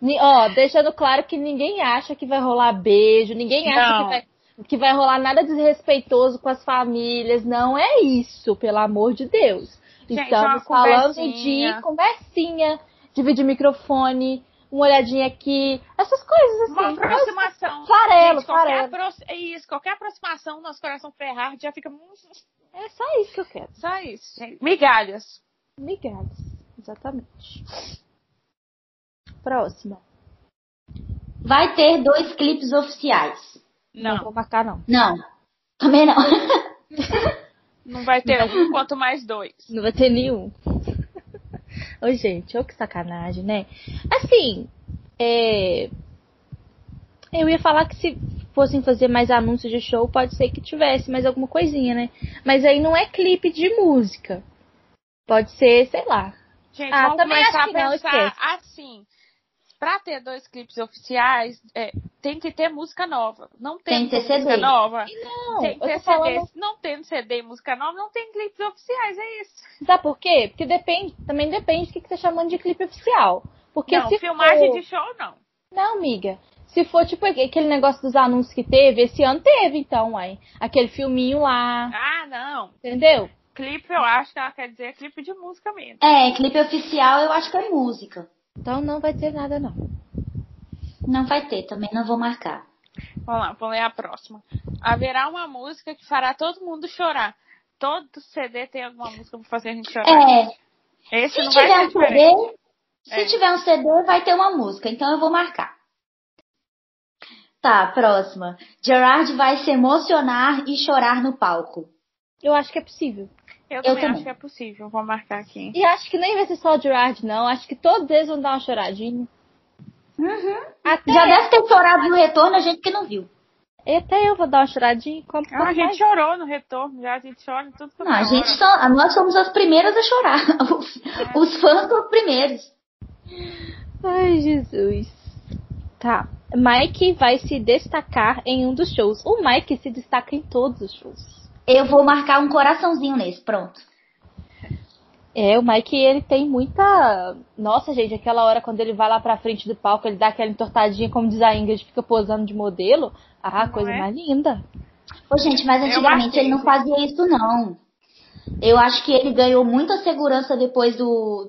Ni- Ó, deixando claro que ninguém acha que vai rolar beijo, ninguém acha Não. que vai, que vai rolar nada desrespeitoso com as famílias. Não é isso, pelo amor de Deus. Gente, Estamos uma falando conversinha. de conversinha, dividir microfone, uma olhadinha aqui, essas coisas assim. Uma aproximação. Farelo, Gente, qualquer farelo. apro- é Isso, qualquer aproximação, nosso coração ferrado já fica. hum, É só isso que eu quero. Só isso, gente. Migalhas. Migalhas. Exatamente. Próxima. Vai ter dois clipes oficiais. Não Não, vou marcar, não. Não, também não. não vai ter um, quanto mais dois. Não vai ter nenhum. Ô, gente, ô que sacanagem, né? Assim, é... Eu ia falar que se fossem fazer mais anúncios de show, pode ser que tivesse mais alguma coisinha, né? Mas aí não é clipe de música. Pode ser, sei lá. Gente, Ah, vamos também começar acho que a não, pensar assim. Pra ter dois clipes oficiais, é, tem que ter música nova. Não tem, Tem que ter música CD. nova. Não, tem que eu ter tô CD. falando... Não tendo CD e música nova, não tem clipes oficiais, é isso. Sabe por quê? Porque depende, também depende do que, que você tá chamando de clipe oficial. Porque não, se filmagem for- de show não. Não, amiga. Se for, tipo, aquele negócio dos anúncios que teve, esse ano teve, então, aí. Aquele filminho lá, Ah, não. entendeu? Clipe eu acho que ela quer dizer clipe de música mesmo. É, clipe oficial eu acho que é música. Então não vai ter nada, não. Não vai ter, também não vou marcar. Vamos lá, vou ler a próxima. Haverá uma música que fará todo mundo chorar. Todo CD tem alguma música pra fazer a gente chorar. É, Esse se não vai tiver ser um diferente. CD, É. se tiver um CD vai ter uma música, então eu vou marcar. Tá, próxima. Gerard vai se emocionar e chorar no palco. Eu acho que é possível. Eu também acho também. que é possível. Vou marcar aqui. E acho que nem vai ser só o Gerard, não. Acho que todos eles vão dar uma choradinha. Uhum. Até, É. Já deve ter chorado no retorno, a gente que não viu. até eu vou dar uma choradinha. Como, Ah, a como gente faz? chorou no retorno, já a gente chora em tudo é que Não, a hora. gente só, nós somos as primeiras a chorar. Os, os fãs são os primeiros. Ai, Jesus. Tá. Mike vai se destacar em um dos shows. O Mike se destaca em todos os shows. Eu vou marcar um coraçãozinho nesse, pronto. É, o Mike, ele tem muita. Nossa, gente, aquela hora quando ele vai lá pra frente do palco, ele dá aquela entortadinha, como diz a Ingrid, fica posando de modelo. Ah, Não coisa é? mais linda. Ô, gente, mas antigamente ele não fazia isso, não. Eu acho que ele ganhou muita segurança depois do.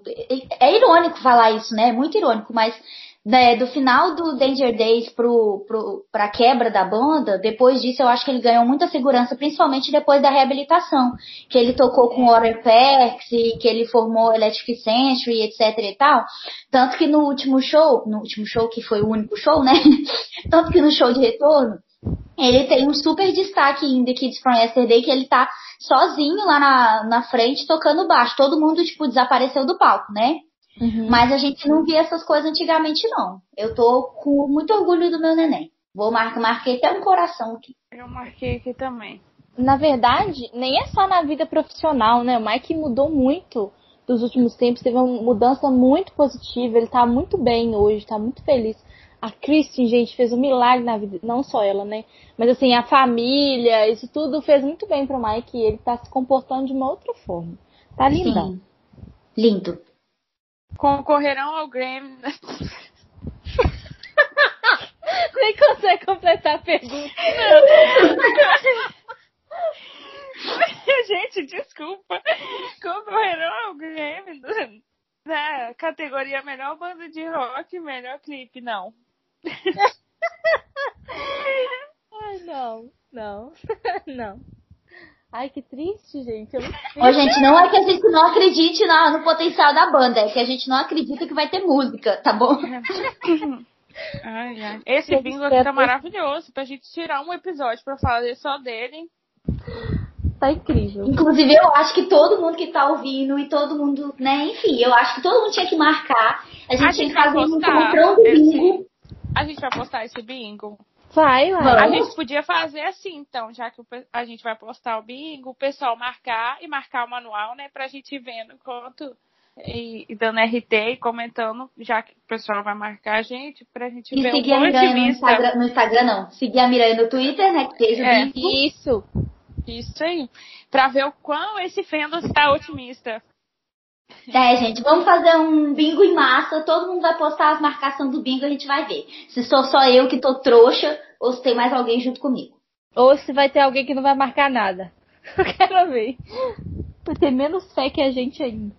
É irônico falar isso, né? É muito irônico, mas né, do final do Danger Days pro, pro, pra quebra da banda, depois disso eu acho que ele ganhou muita segurança, principalmente depois da reabilitação. Que ele tocou com Warren Perks e que ele formou Electric Century, etc e tal. Tanto que no último show, no último show que foi o único show, né? Tanto que no show de retorno, ele tem um super destaque em The Kids From Yesterday, que ele tá sozinho lá na, na frente tocando baixo. Todo mundo, tipo, desapareceu do palco, né? Uhum. Mas a gente não via essas coisas antigamente, não. Eu tô com muito orgulho do meu neném. Vou marcar, marquei até um coração aqui. Eu marquei aqui também. Na verdade, nem é só na vida profissional, né? O Mike mudou muito dos últimos tempos, teve uma mudança muito positiva, ele tá muito bem hoje, tá muito feliz. A Kristen, gente, fez um milagre na vida, não só ela, né? Mas assim, a família, isso tudo fez muito bem pro Mike e ele tá se comportando de uma outra forma. Tá lindão. Sim. Lindo. Concorrerão ao Grammy. Nem consegue completar a pergunta. Gente, desculpa. Concorrerão ao Grammy do- da né, categoria melhor banda de rock, melhor clipe, não. Ai, não, não, não. Ai, que triste, gente. Eu não sei. Ô, gente, não é que a gente não acredite na- no potencial da banda, é que a gente não acredita que vai ter música, tá bom? Ai, ai. Esse Eu bingo aqui tá espero- maravilhoso pra gente tirar um episódio pra falar só dele. Tá incrível. Inclusive, eu acho que todo mundo que tá ouvindo e todo mundo, né, enfim, eu acho que todo mundo tinha que marcar. A gente tinha A que gente vai fazer um postar encontrão do esse- bingo. A gente vai postar esse bingo. Vai, vai. A Vamos. gente podia fazer assim, então, já que o pe- a gente vai postar o bingo, o pessoal marcar e marcar o manual, né? Pra gente ir vendo quanto e, e dando RT e comentando, já que o pessoal vai marcar a gente, pra gente E ver seguir a o ponto de Miranha no vista. Instagram, no Instagram, não. Seguir a Miranha no Twitter, né, que seja o É. bingo. Isso. Isso aí. Pra ver o quão esse fandom está otimista. É, gente, vamos fazer um bingo em massa. Todo mundo vai postar as marcações do bingo, a gente vai ver. Se sou só eu que tô trouxa ou se tem mais alguém junto comigo. Ou se vai ter alguém que não vai marcar nada. Eu quero ver. Vai ter menos fé que a gente ainda.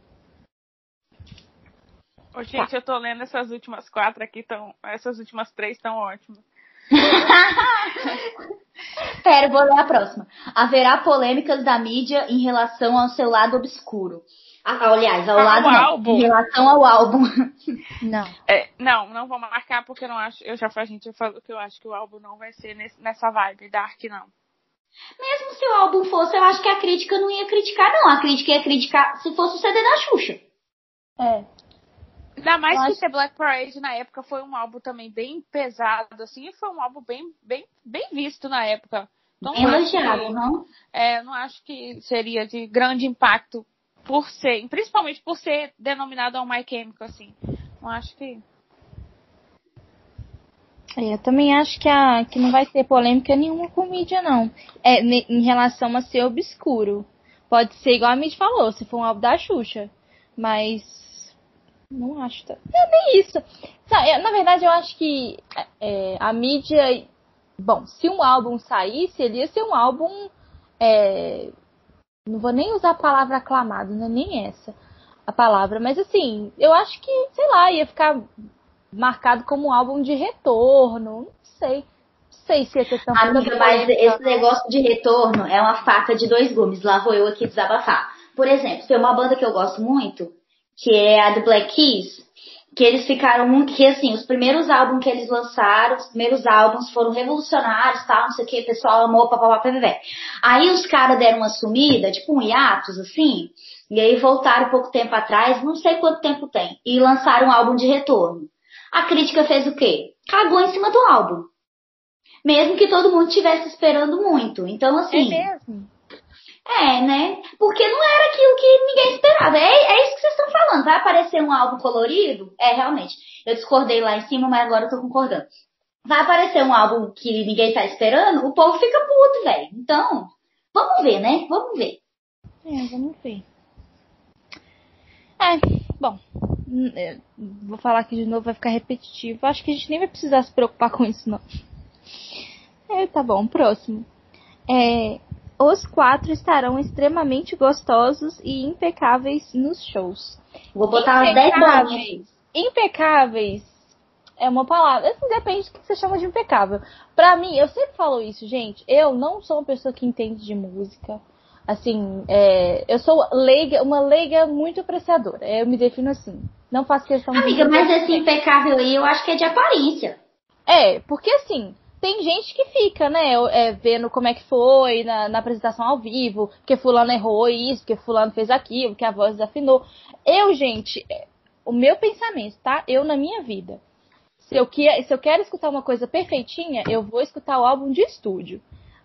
Ô, Tá. gente, eu tô lendo essas últimas quatro aqui, tão, essas últimas três estão ótimas. Pera, eu vou ler a próxima. Haverá polêmicas da mídia em relação ao seu lado obscuro. Ah, aliás, ao Ao lado não, álbum. em relação ao álbum. Não. É, não, não vou marcar porque eu não acho. Eu já a gente já falou que eu acho que o álbum não vai ser nesse- nessa vibe dark não. Mesmo se o álbum fosse, eu acho que a crítica não ia criticar, não. A crítica ia criticar se fosse o CD da Xuxa. É. Ainda mais Eu que acho- The Black Parade na época foi um álbum também bem pesado assim, e foi um álbum bem bem bem visto na época. Não acho É Elogiado, que- não? é, não acho que seria de grande impacto por ser, principalmente por ser denominado ao My Chemical assim. Não acho que É, Eu também acho que, a, que não vai ter polêmica nenhuma com mídia, não. É, ne- em relação a ser obscuro. Pode ser igual a mídia falou, se for um álbum da Xuxa. Mas. Não acho. tá- É nem isso. Sa- é, Na verdade, eu acho que é, a mídia. Bom, se um álbum saísse, ele ia ser um álbum. é, não vou nem usar a palavra aclamado, não é nem essa a palavra. Mas assim, eu acho que, sei lá, ia ficar marcado como um álbum de retorno. Não sei. Não sei se ia ter tanta Ah, Amiga, mas polêmica. esse negócio de retorno é uma faca de dois gumes. Lá vou eu aqui desabafar. Por exemplo, tem uma banda que eu gosto muito, que é a do Black Keys, que eles ficaram muito. Que assim, os primeiros álbuns que eles lançaram, os primeiros álbuns foram revolucionários, tal, não sei o que, o pessoal amou, papapá, ppp. Aí os caras deram uma sumida, tipo um hiatus, assim, e aí voltaram pouco tempo atrás, não sei quanto tempo tem, e lançaram um álbum de retorno. A crítica fez o quê? Cagou em cima do álbum. Mesmo que todo mundo estivesse esperando muito. Então, assim. É mesmo? É, né? Porque não era aquilo que ninguém esperava. É, é isso que vocês estão falando. não, vai aparecer um álbum colorido? É, realmente. Eu discordei lá em cima, mas agora eu tô concordando. Vai aparecer um álbum que ninguém tá esperando? O povo fica puto, velho. Então, vamos ver, né? Vamos ver. É, vamos ver. É, bom. hum, é, Vou falar aqui de novo, vai ficar repetitivo. Acho que a gente nem vai precisar se preocupar com isso, não. É, tá bom, próximo. É, os quatro estarão extremamente gostosos e impecáveis nos shows. Vou botar umas 10 bolinhas. Impecáveis é uma palavra. Assim, depende do que você chama de impecável. Pra mim, eu sempre falo isso, gente. Eu não sou uma pessoa que entende de música. Assim, é, eu sou leiga, uma leiga muito apreciadora. Eu me defino assim. Não faço questão Amiga, de. mas assim, esse impecável aí eu acho que é de aparência. É, porque assim, tem gente que fica, né, é, vendo como é que foi na, na apresentação ao vivo, porque fulano errou isso, porque fulano fez aquilo, porque a voz desafinou. Eu, gente, é, o meu pensamento, tá? Eu na minha vida. Se eu, que, se eu quero escutar uma coisa perfeitinha, eu vou escutar o álbum de estúdio.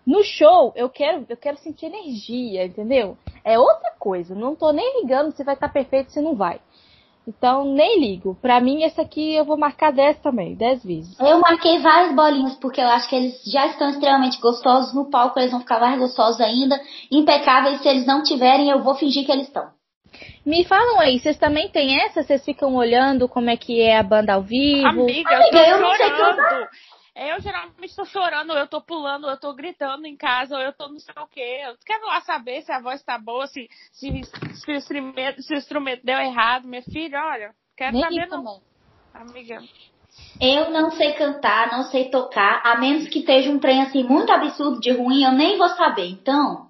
No show, eu quero, eu quero sentir energia, entendeu? É outra coisa. Não tô nem ligando se vai estar perfeito, se não vai. Então, nem ligo. Pra mim, essa aqui eu vou marcar 10 também, 10 vezes. Eu marquei várias bolinhas porque eu acho que eles já estão extremamente gostosos no palco, eles vão ficar mais gostosos ainda, impecáveis. Se eles não tiverem, eu vou fingir que eles estão. Me falam aí, vocês também têm essa? Vocês ficam olhando como é que é a banda ao vivo? Amiga, eu tô Amiga, eu não sei chorando. É, Eu geralmente tô chorando, eu tô pulando, eu tô gritando em casa, ou eu tô não sei o quê. Eu quero lá saber se a voz tá boa, se, se, se, o, instrumento, se o instrumento deu errado. Minha filha, olha, quero Nem saber eu é não. também. Amiga, Eu não sei cantar, não sei tocar, a menos que esteja um trem assim muito absurdo de ruim, eu nem vou saber. Então,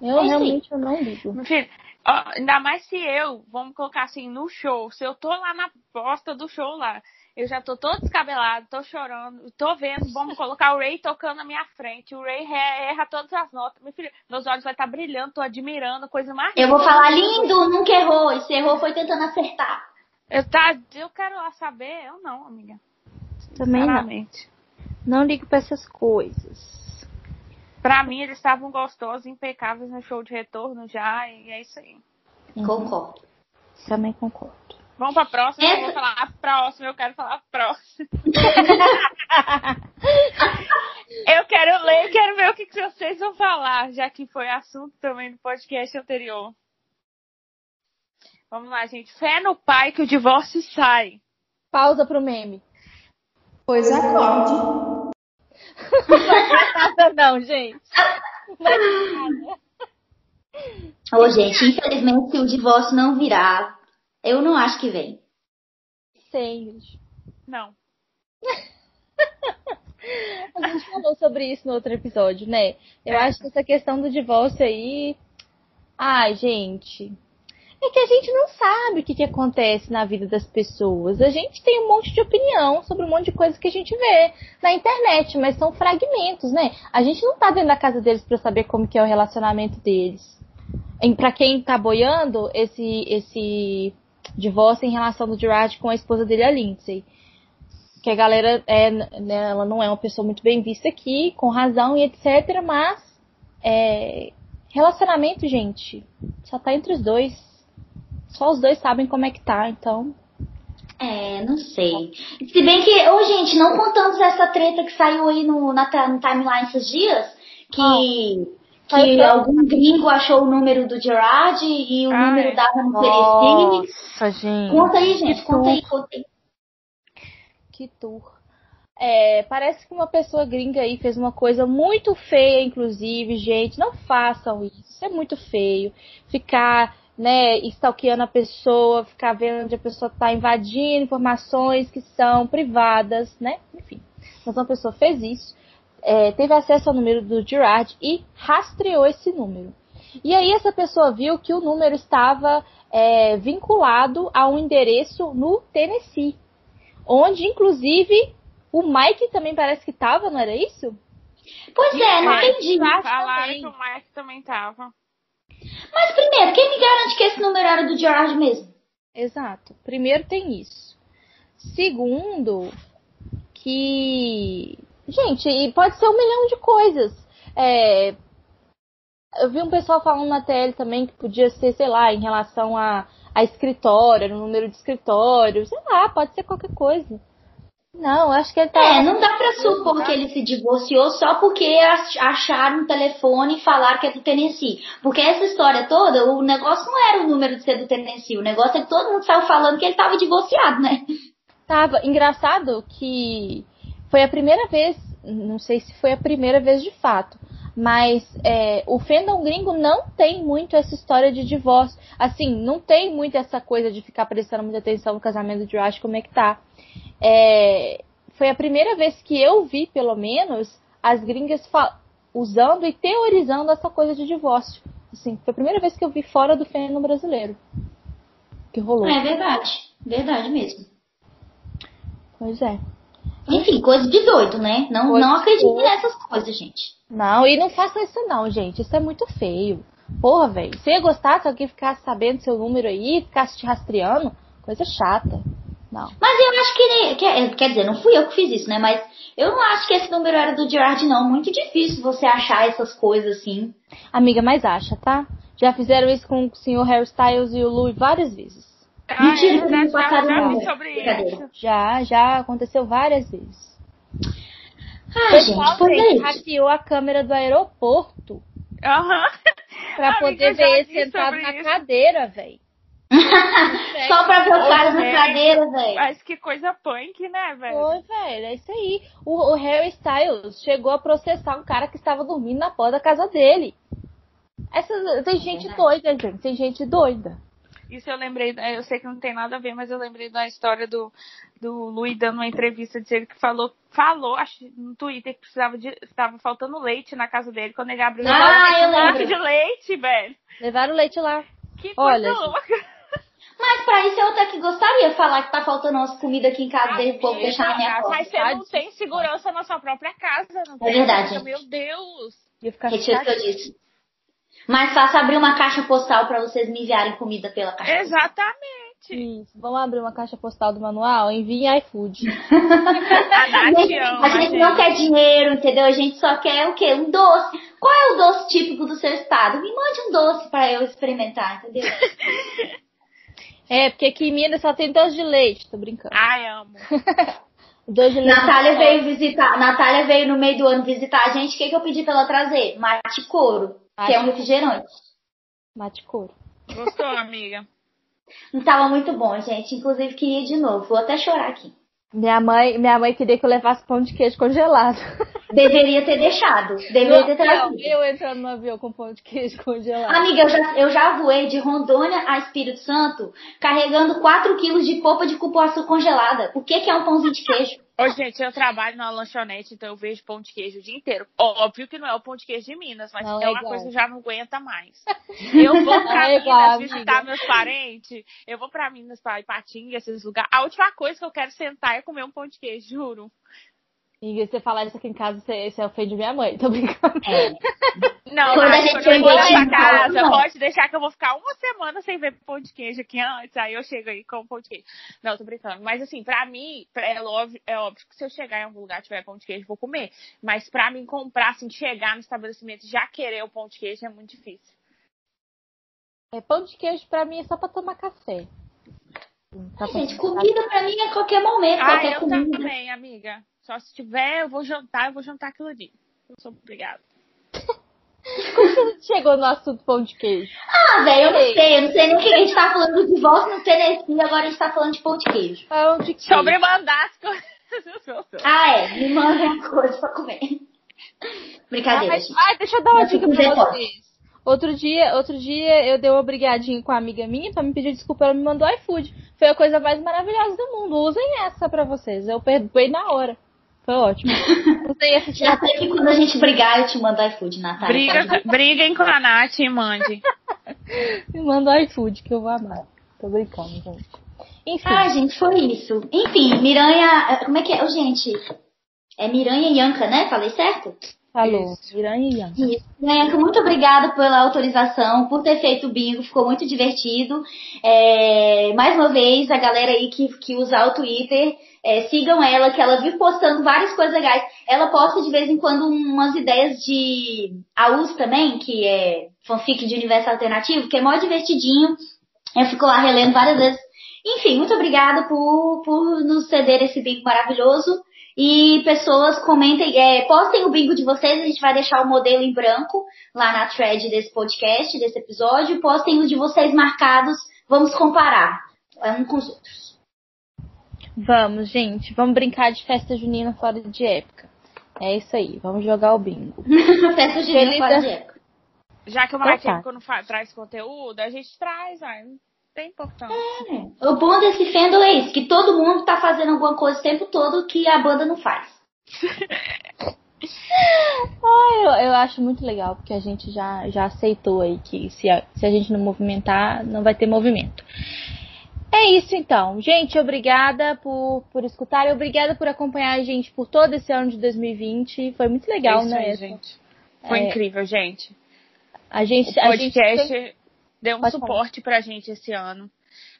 Eu É isso realmente eu não ligo. Meu filho, ó, ainda mais se eu, vamos colocar assim, no show, se eu tô lá na bosta do show lá, eu já tô todo descabelado, tô chorando, tô vendo, vamos colocar o Ray tocando na minha frente, o Ray re- erra todas as notas, meu filho, meus olhos vai estar brilhando, tô admirando, coisa mais eu vou linda. falar lindo, nunca errou, e se errou foi tentando acertar. Eu, tá, eu quero lá saber, eu não, amiga, Também não. sinceramente. Não ligo pra essas coisas. Pra mim, eles estavam gostosos, impecáveis no show de retorno já, e é isso aí. Uhum. Concordo. Também concordo. Vamos pra próxima, eu Essa- vou falar a próxima, eu quero falar a próxima. eu quero ler, quero ver o que, que vocês vão falar, já que foi assunto também do podcast anterior. Vamos lá, gente. Fé no pai que o divórcio sai. Pausa pro meme. Pois acorde. é Nada não, gente. Ô, gente, infelizmente se o divórcio não virar, eu não acho que vem. Sei, gente. Não. né? A gente falou sobre isso no outro episódio, né? Eu acho que essa questão do divórcio aí. Ai, gente. É que a gente não sabe o que, que acontece na vida das pessoas. A gente tem um monte de opinião sobre um monte de coisa que a gente vê na internet, mas são fragmentos, né? A gente não tá dentro da casa deles pra saber como que é o relacionamento deles. Em- Pra quem tá boiando esse esse divórcio em relação do Gerard com a esposa dele, é a Lindsay que a galera é, né, ela não é uma pessoa muito bem vista aqui, com razão e etc, mas é, relacionamento, gente, só tá entre os dois. Só os dois sabem como é que tá, então. É, não sei. Se bem que, ô gente, não contamos essa treta que saiu aí no, na, ta- no timeline esses dias, que, Foi é que tanto. algum gringo achou o número do Gerard e o Ah, é. número da Ana Perecini. gente. Conta aí, gente, conta aí, conta aí. Que tour. É, parece que uma pessoa gringa aí fez uma coisa muito feia, inclusive, gente. Não façam isso. Isso é muito feio. Ficar, né, stalkeando a pessoa, ficar vendo onde a pessoa tá invadindo informações que são privadas, né? Enfim. Mas uma pessoa fez isso, é, teve acesso ao número do Girard e rastreou esse número. E aí essa pessoa viu que o número estava é, vinculado a um endereço no Tennessee onde inclusive o Mike também parece que tava, não era isso? Pois é, não Mike, entendi. Falaram também. que o Mike também tava. Mas primeiro, quem me garante que esse número era do Gerard mesmo? Exato. Primeiro tem isso. Segundo, que. Gente, e pode ser um milhão de coisas. É, Eu vi um pessoal falando na tele também que podia ser, sei lá, em relação a, a escritório, era o número de escritório, sei lá, pode ser qualquer coisa. Não, acho que ele tá. É, não dá pra supor que ele se divorciou só porque ach- acharam o telefone e falaram que é do Tennessee. Porque essa história toda, o negócio não era o número de ser do Tennessee, o negócio é que todo mundo saiu falando que ele tava divorciado, né? Tava. Engraçado que foi a primeira vez, não sei se foi a primeira vez de fato, mas é, o fandom gringo não tem muito essa história de divórcio. Assim, não tem muito essa coisa de ficar prestando muita atenção no casamento de Josh, como é que tá. É, foi a primeira vez que eu vi, pelo menos, as gringas fal- usando e teorizando essa coisa de divórcio. Assim, foi a primeira vez que eu vi fora do fandom brasileiro. Que rolou. É verdade, verdade mesmo. Pois é. Enfim, coisa de doido, né? Não, Coisa não de acredito doido. nessas coisas, gente. Não, e não faça isso não, gente. Isso é muito feio. Porra, velho. Se ia gostar se alguém ficasse sabendo seu número aí, ficasse te rastreando, coisa chata. Não. Mas eu acho que, nem- que- Quer dizer, não fui eu que fiz isso, né? Mas eu não acho que esse número era do Gerard, não. Muito difícil você achar essas coisas assim. Amiga, mas acha, tá? Já fizeram isso com o senhor Harry Styles e o Louis várias vezes. Mentira, é, não já, passaram já nada. vi sobre Brincadeira. isso. Já, já aconteceu várias vezes. Ah, gente, pois é gente, isso. hackeou a câmera do aeroporto Aham. pra Amiga, poder já ver ele vi sentado sobre na isso. cadeira, velho. Só pra ver o cara na Ô, cadeira, velho. Mas que coisa punk, né, velho? Foi, velho, é isso aí. O, o Harry Styles chegou a processar um cara que estava dormindo na porta da casa dele. Essa, tem gente doida, gente. Tem gente doida. Isso eu lembrei, é, eu sei que não tem nada a ver, mas eu lembrei da história do, do Luiz dando uma entrevista dizendo que falou, falou, acho no Twitter que precisava de. estava faltando leite na casa dele quando ele abriu Ah, eu um lembro. de leite, velho. Levaram o leite lá. Que coisa Olha, gente. louca. Mas pra isso eu até que gostaria de falar que tá faltando umas comidas aqui em Ah, casa dele, o povo deixar na minha porta. Mas você não tem segurança na sua própria casa, não tem? verdade, gente. Meu Deus. Ia ficar Retiro o que eu chateado. disse. Mais fácil abrir uma caixa postal pra vocês me enviarem comida pela É, caixa. Exatamente. Isso. Vamos abrir uma caixa postal do manual? Envie em iFood. A A Nath gente, ama, a gente não quer dinheiro, entendeu? A gente só quer o quê? Um doce. Qual é o doce típico do seu estado? Me mande um doce pra eu experimentar, entendeu? É, porque aqui em Minas só tem doce de leite. Tô brincando. Ai, amo. Doce de leite. Natália veio visitar, Natália veio no meio do ano visitar a gente. O que, que eu pedi pra ela trazer? Mate couro, que é um refrigerante. Mate couro. Gostou, amiga? Tava muito bom, gente. Inclusive, queria ir de novo. Vou até chorar aqui. Minha mãe, minha mãe queria que eu levasse pão de queijo congelado. Deveria ter deixado. Deveria ter trazido. Não, eu entrando no avião com pão de queijo congelado. Amiga, eu já, eu já voei de Rondônia a Espírito Santo carregando 4 quilos de polpa de cupuaçu congelada. O que, que é um pãozinho de queijo? Ô, gente, eu trabalho numa lanchonete, então eu vejo pão de queijo o dia inteiro. Óbvio que não é o pão de queijo de Minas, mas Não, é é uma igual. coisa que eu já não aguenta mais. Eu vou pra é igual, Minas amiga. visitar meus parentes, eu vou pra Minas, pra Ipatinga, esses lugares. A última coisa que eu quero sentar é comer um pão de queijo, juro. E você falar isso aqui em casa, você, você ofende minha mãe, tô brincando. Não, Quando a mas gente quando foi eu for lá pra embora, casa, não. pode deixar que eu vou ficar uma semana sem ver pão de queijo aqui antes, aí eu chego aí com pão de queijo. Não, tô brincando. Mas assim, pra mim, pra- é óbvio, é óbvio que se eu chegar em algum lugar e tiver pão de queijo, eu vou comer. Mas pra mim comprar, assim, chegar no estabelecimento e já querer o pão de queijo é muito difícil. É, pão de queijo pra mim é só pra tomar café. Tá Só pra Gente, tomar comida pra mim é qualquer momento, Ah, qualquer eu comida. também, amiga. Só se tiver, eu vou jantar, eu vou jantar aquilo ali. Eu sou obrigada. café. Chegou no assunto pão de queijo. Ah, velho, eu não Ei. sei. Eu não sei nem o que a gente tá falando de volta no Tennessee, agora a gente tá falando de pão de queijo. Pão de queijo. Sobre mandar as coisas. Ah, é. Me manda uma coisa pra comer. Ah, Brincadeira, mas, gente. ah, deixa eu dar uma Mas é dica tudo bem, pra vocês. Outro dia, outro dia eu dei uma brigadinha com a amiga minha pra me pedir desculpa, ela me mandou iFood. Foi a coisa mais maravilhosa do mundo. Usem essa pra vocês. Eu perdoei na hora. Foi ótimo. Usei essa Já sei que quando a gente brigar, eu te mando iFood, Natália. Pode Briga, briguem com a Nath e mandem. Me manda iFood, que eu vou amar. Tô brincando, gente. Enfim, Ah, gente, foi isso. Enfim, Miranha. Como é que é? Ô, gente. É Miranha Yanka, né? Falei certo? falou. Piranha e Ian. Isso. Miranha Yanka, muito obrigada pela autorização, por ter feito o bingo, ficou muito divertido. É, mais uma vez, a galera aí que, que usar o Twitter, é, sigam ela, que ela vive postando várias coisas legais. Ela posta de vez em quando umas ideias de AUS também, que é fanfic de universo alternativo, que é mó divertidinho. Eu fico lá relendo várias vezes. Enfim, muito obrigada por, por nos ceder esse bingo maravilhoso. E pessoas comentem, é, postem o bingo de vocês, a gente vai deixar o modelo em branco lá na thread desse podcast, desse episódio. Postem os de vocês marcados, vamos comparar um com os outros. Vamos, gente, vamos brincar de festa junina fora de época. É isso aí, vamos jogar o bingo. festa junina Feliz fora da- de época. Já que o Maraquinha, tá. quando fa- traz conteúdo, a gente traz, ai, não tem importância. É O bom desse fandom é isso, que todo mundo tá fazendo alguma coisa o tempo todo que a banda não faz. Ah, eu, eu acho muito legal, porque a gente já, já aceitou aí que se a, se a gente não movimentar, não vai ter movimento. É isso então. Gente, obrigada por, por escutar e obrigada por acompanhar a gente por todo esse ano de 2020. Foi muito legal, É isso né? aí, gente. Foi É. incrível, gente. A O gente. A gente podcast deu um Pode falar. suporte pra gente esse ano.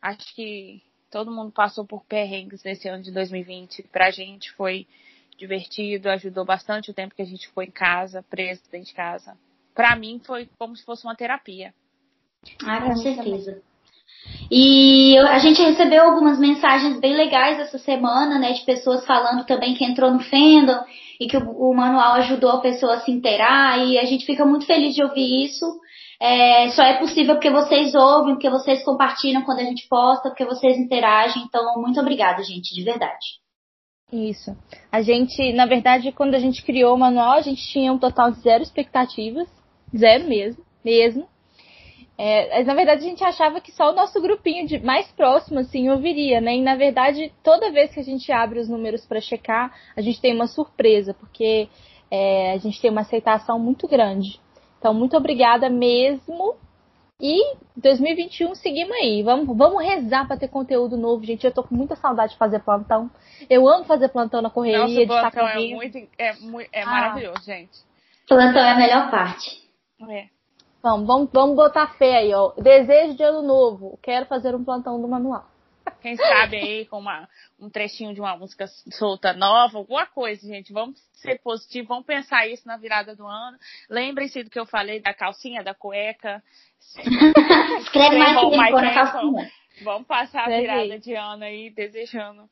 Acho que todo mundo passou por perrengues nesse ano de 2020. Pra gente foi divertido, ajudou bastante o tempo que a gente ficou em casa, preso dentro de casa. Pra mim foi como se fosse uma terapia. Ah, Pra com mim certeza. E eu- a gente recebeu algumas mensagens bem legais essa semana, né? De pessoas falando também que entrou no fandom e que o, o manual ajudou a pessoa a se inteirar. E a gente fica muito feliz de ouvir isso. É, só é possível porque vocês ouvem, porque vocês compartilham quando a gente posta, porque vocês interagem. Então, muito obrigada, gente, de verdade. Isso. A gente, na verdade, quando a gente criou o manual, a gente tinha um total de zero expectativas. Zero mesmo, mesmo. É, mas, na verdade, a gente achava que só o nosso grupinho de mais próximo, assim, ouviria, né? E, na verdade, toda vez que a gente abre os números para checar, a gente tem uma surpresa, porque é, a gente tem uma aceitação muito grande. Então, muito obrigada mesmo. E 2021, seguimos aí. Vamos, vamos rezar para ter conteúdo novo, gente. Eu tô com muita saudade de fazer plantão. Eu amo fazer plantão na correria, Nossa, de o estar plantão é, correndo. muito, é, mui- é Ah. maravilhoso, gente. Plantão é a melhor parte. É. Vamos, vamos, vamos botar fé aí, ó. Desejo de ano novo. Quero fazer um plantão do manual. Quem sabe aí com uma, um trechinho de uma música solta nova, alguma coisa, gente. Vamos ser positivos, vamos pensar isso na virada do ano. Lembrem-se do que eu falei da calcinha, da cueca. Escreve mais né, que Escrevam ele pôr mais na que ele calcinha. Vamos passar a Escreve virada aí. de ano aí, desejando.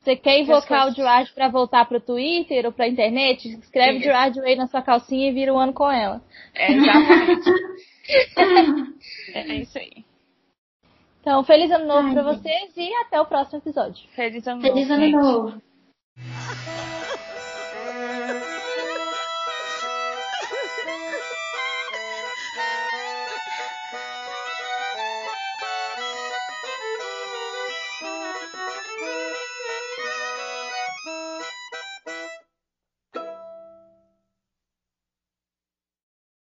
Você quer invocar coisas- o Gerard pra voltar pro Twitter ou pra internet? Escreve Isso. Gerard Way na sua calcinha e vira um ano com ela. É, exatamente. é isso aí. Então, feliz ano novo Ai, pra gente. vocês e até o próximo episódio. Feliz ano novo. Feliz ano gente. novo.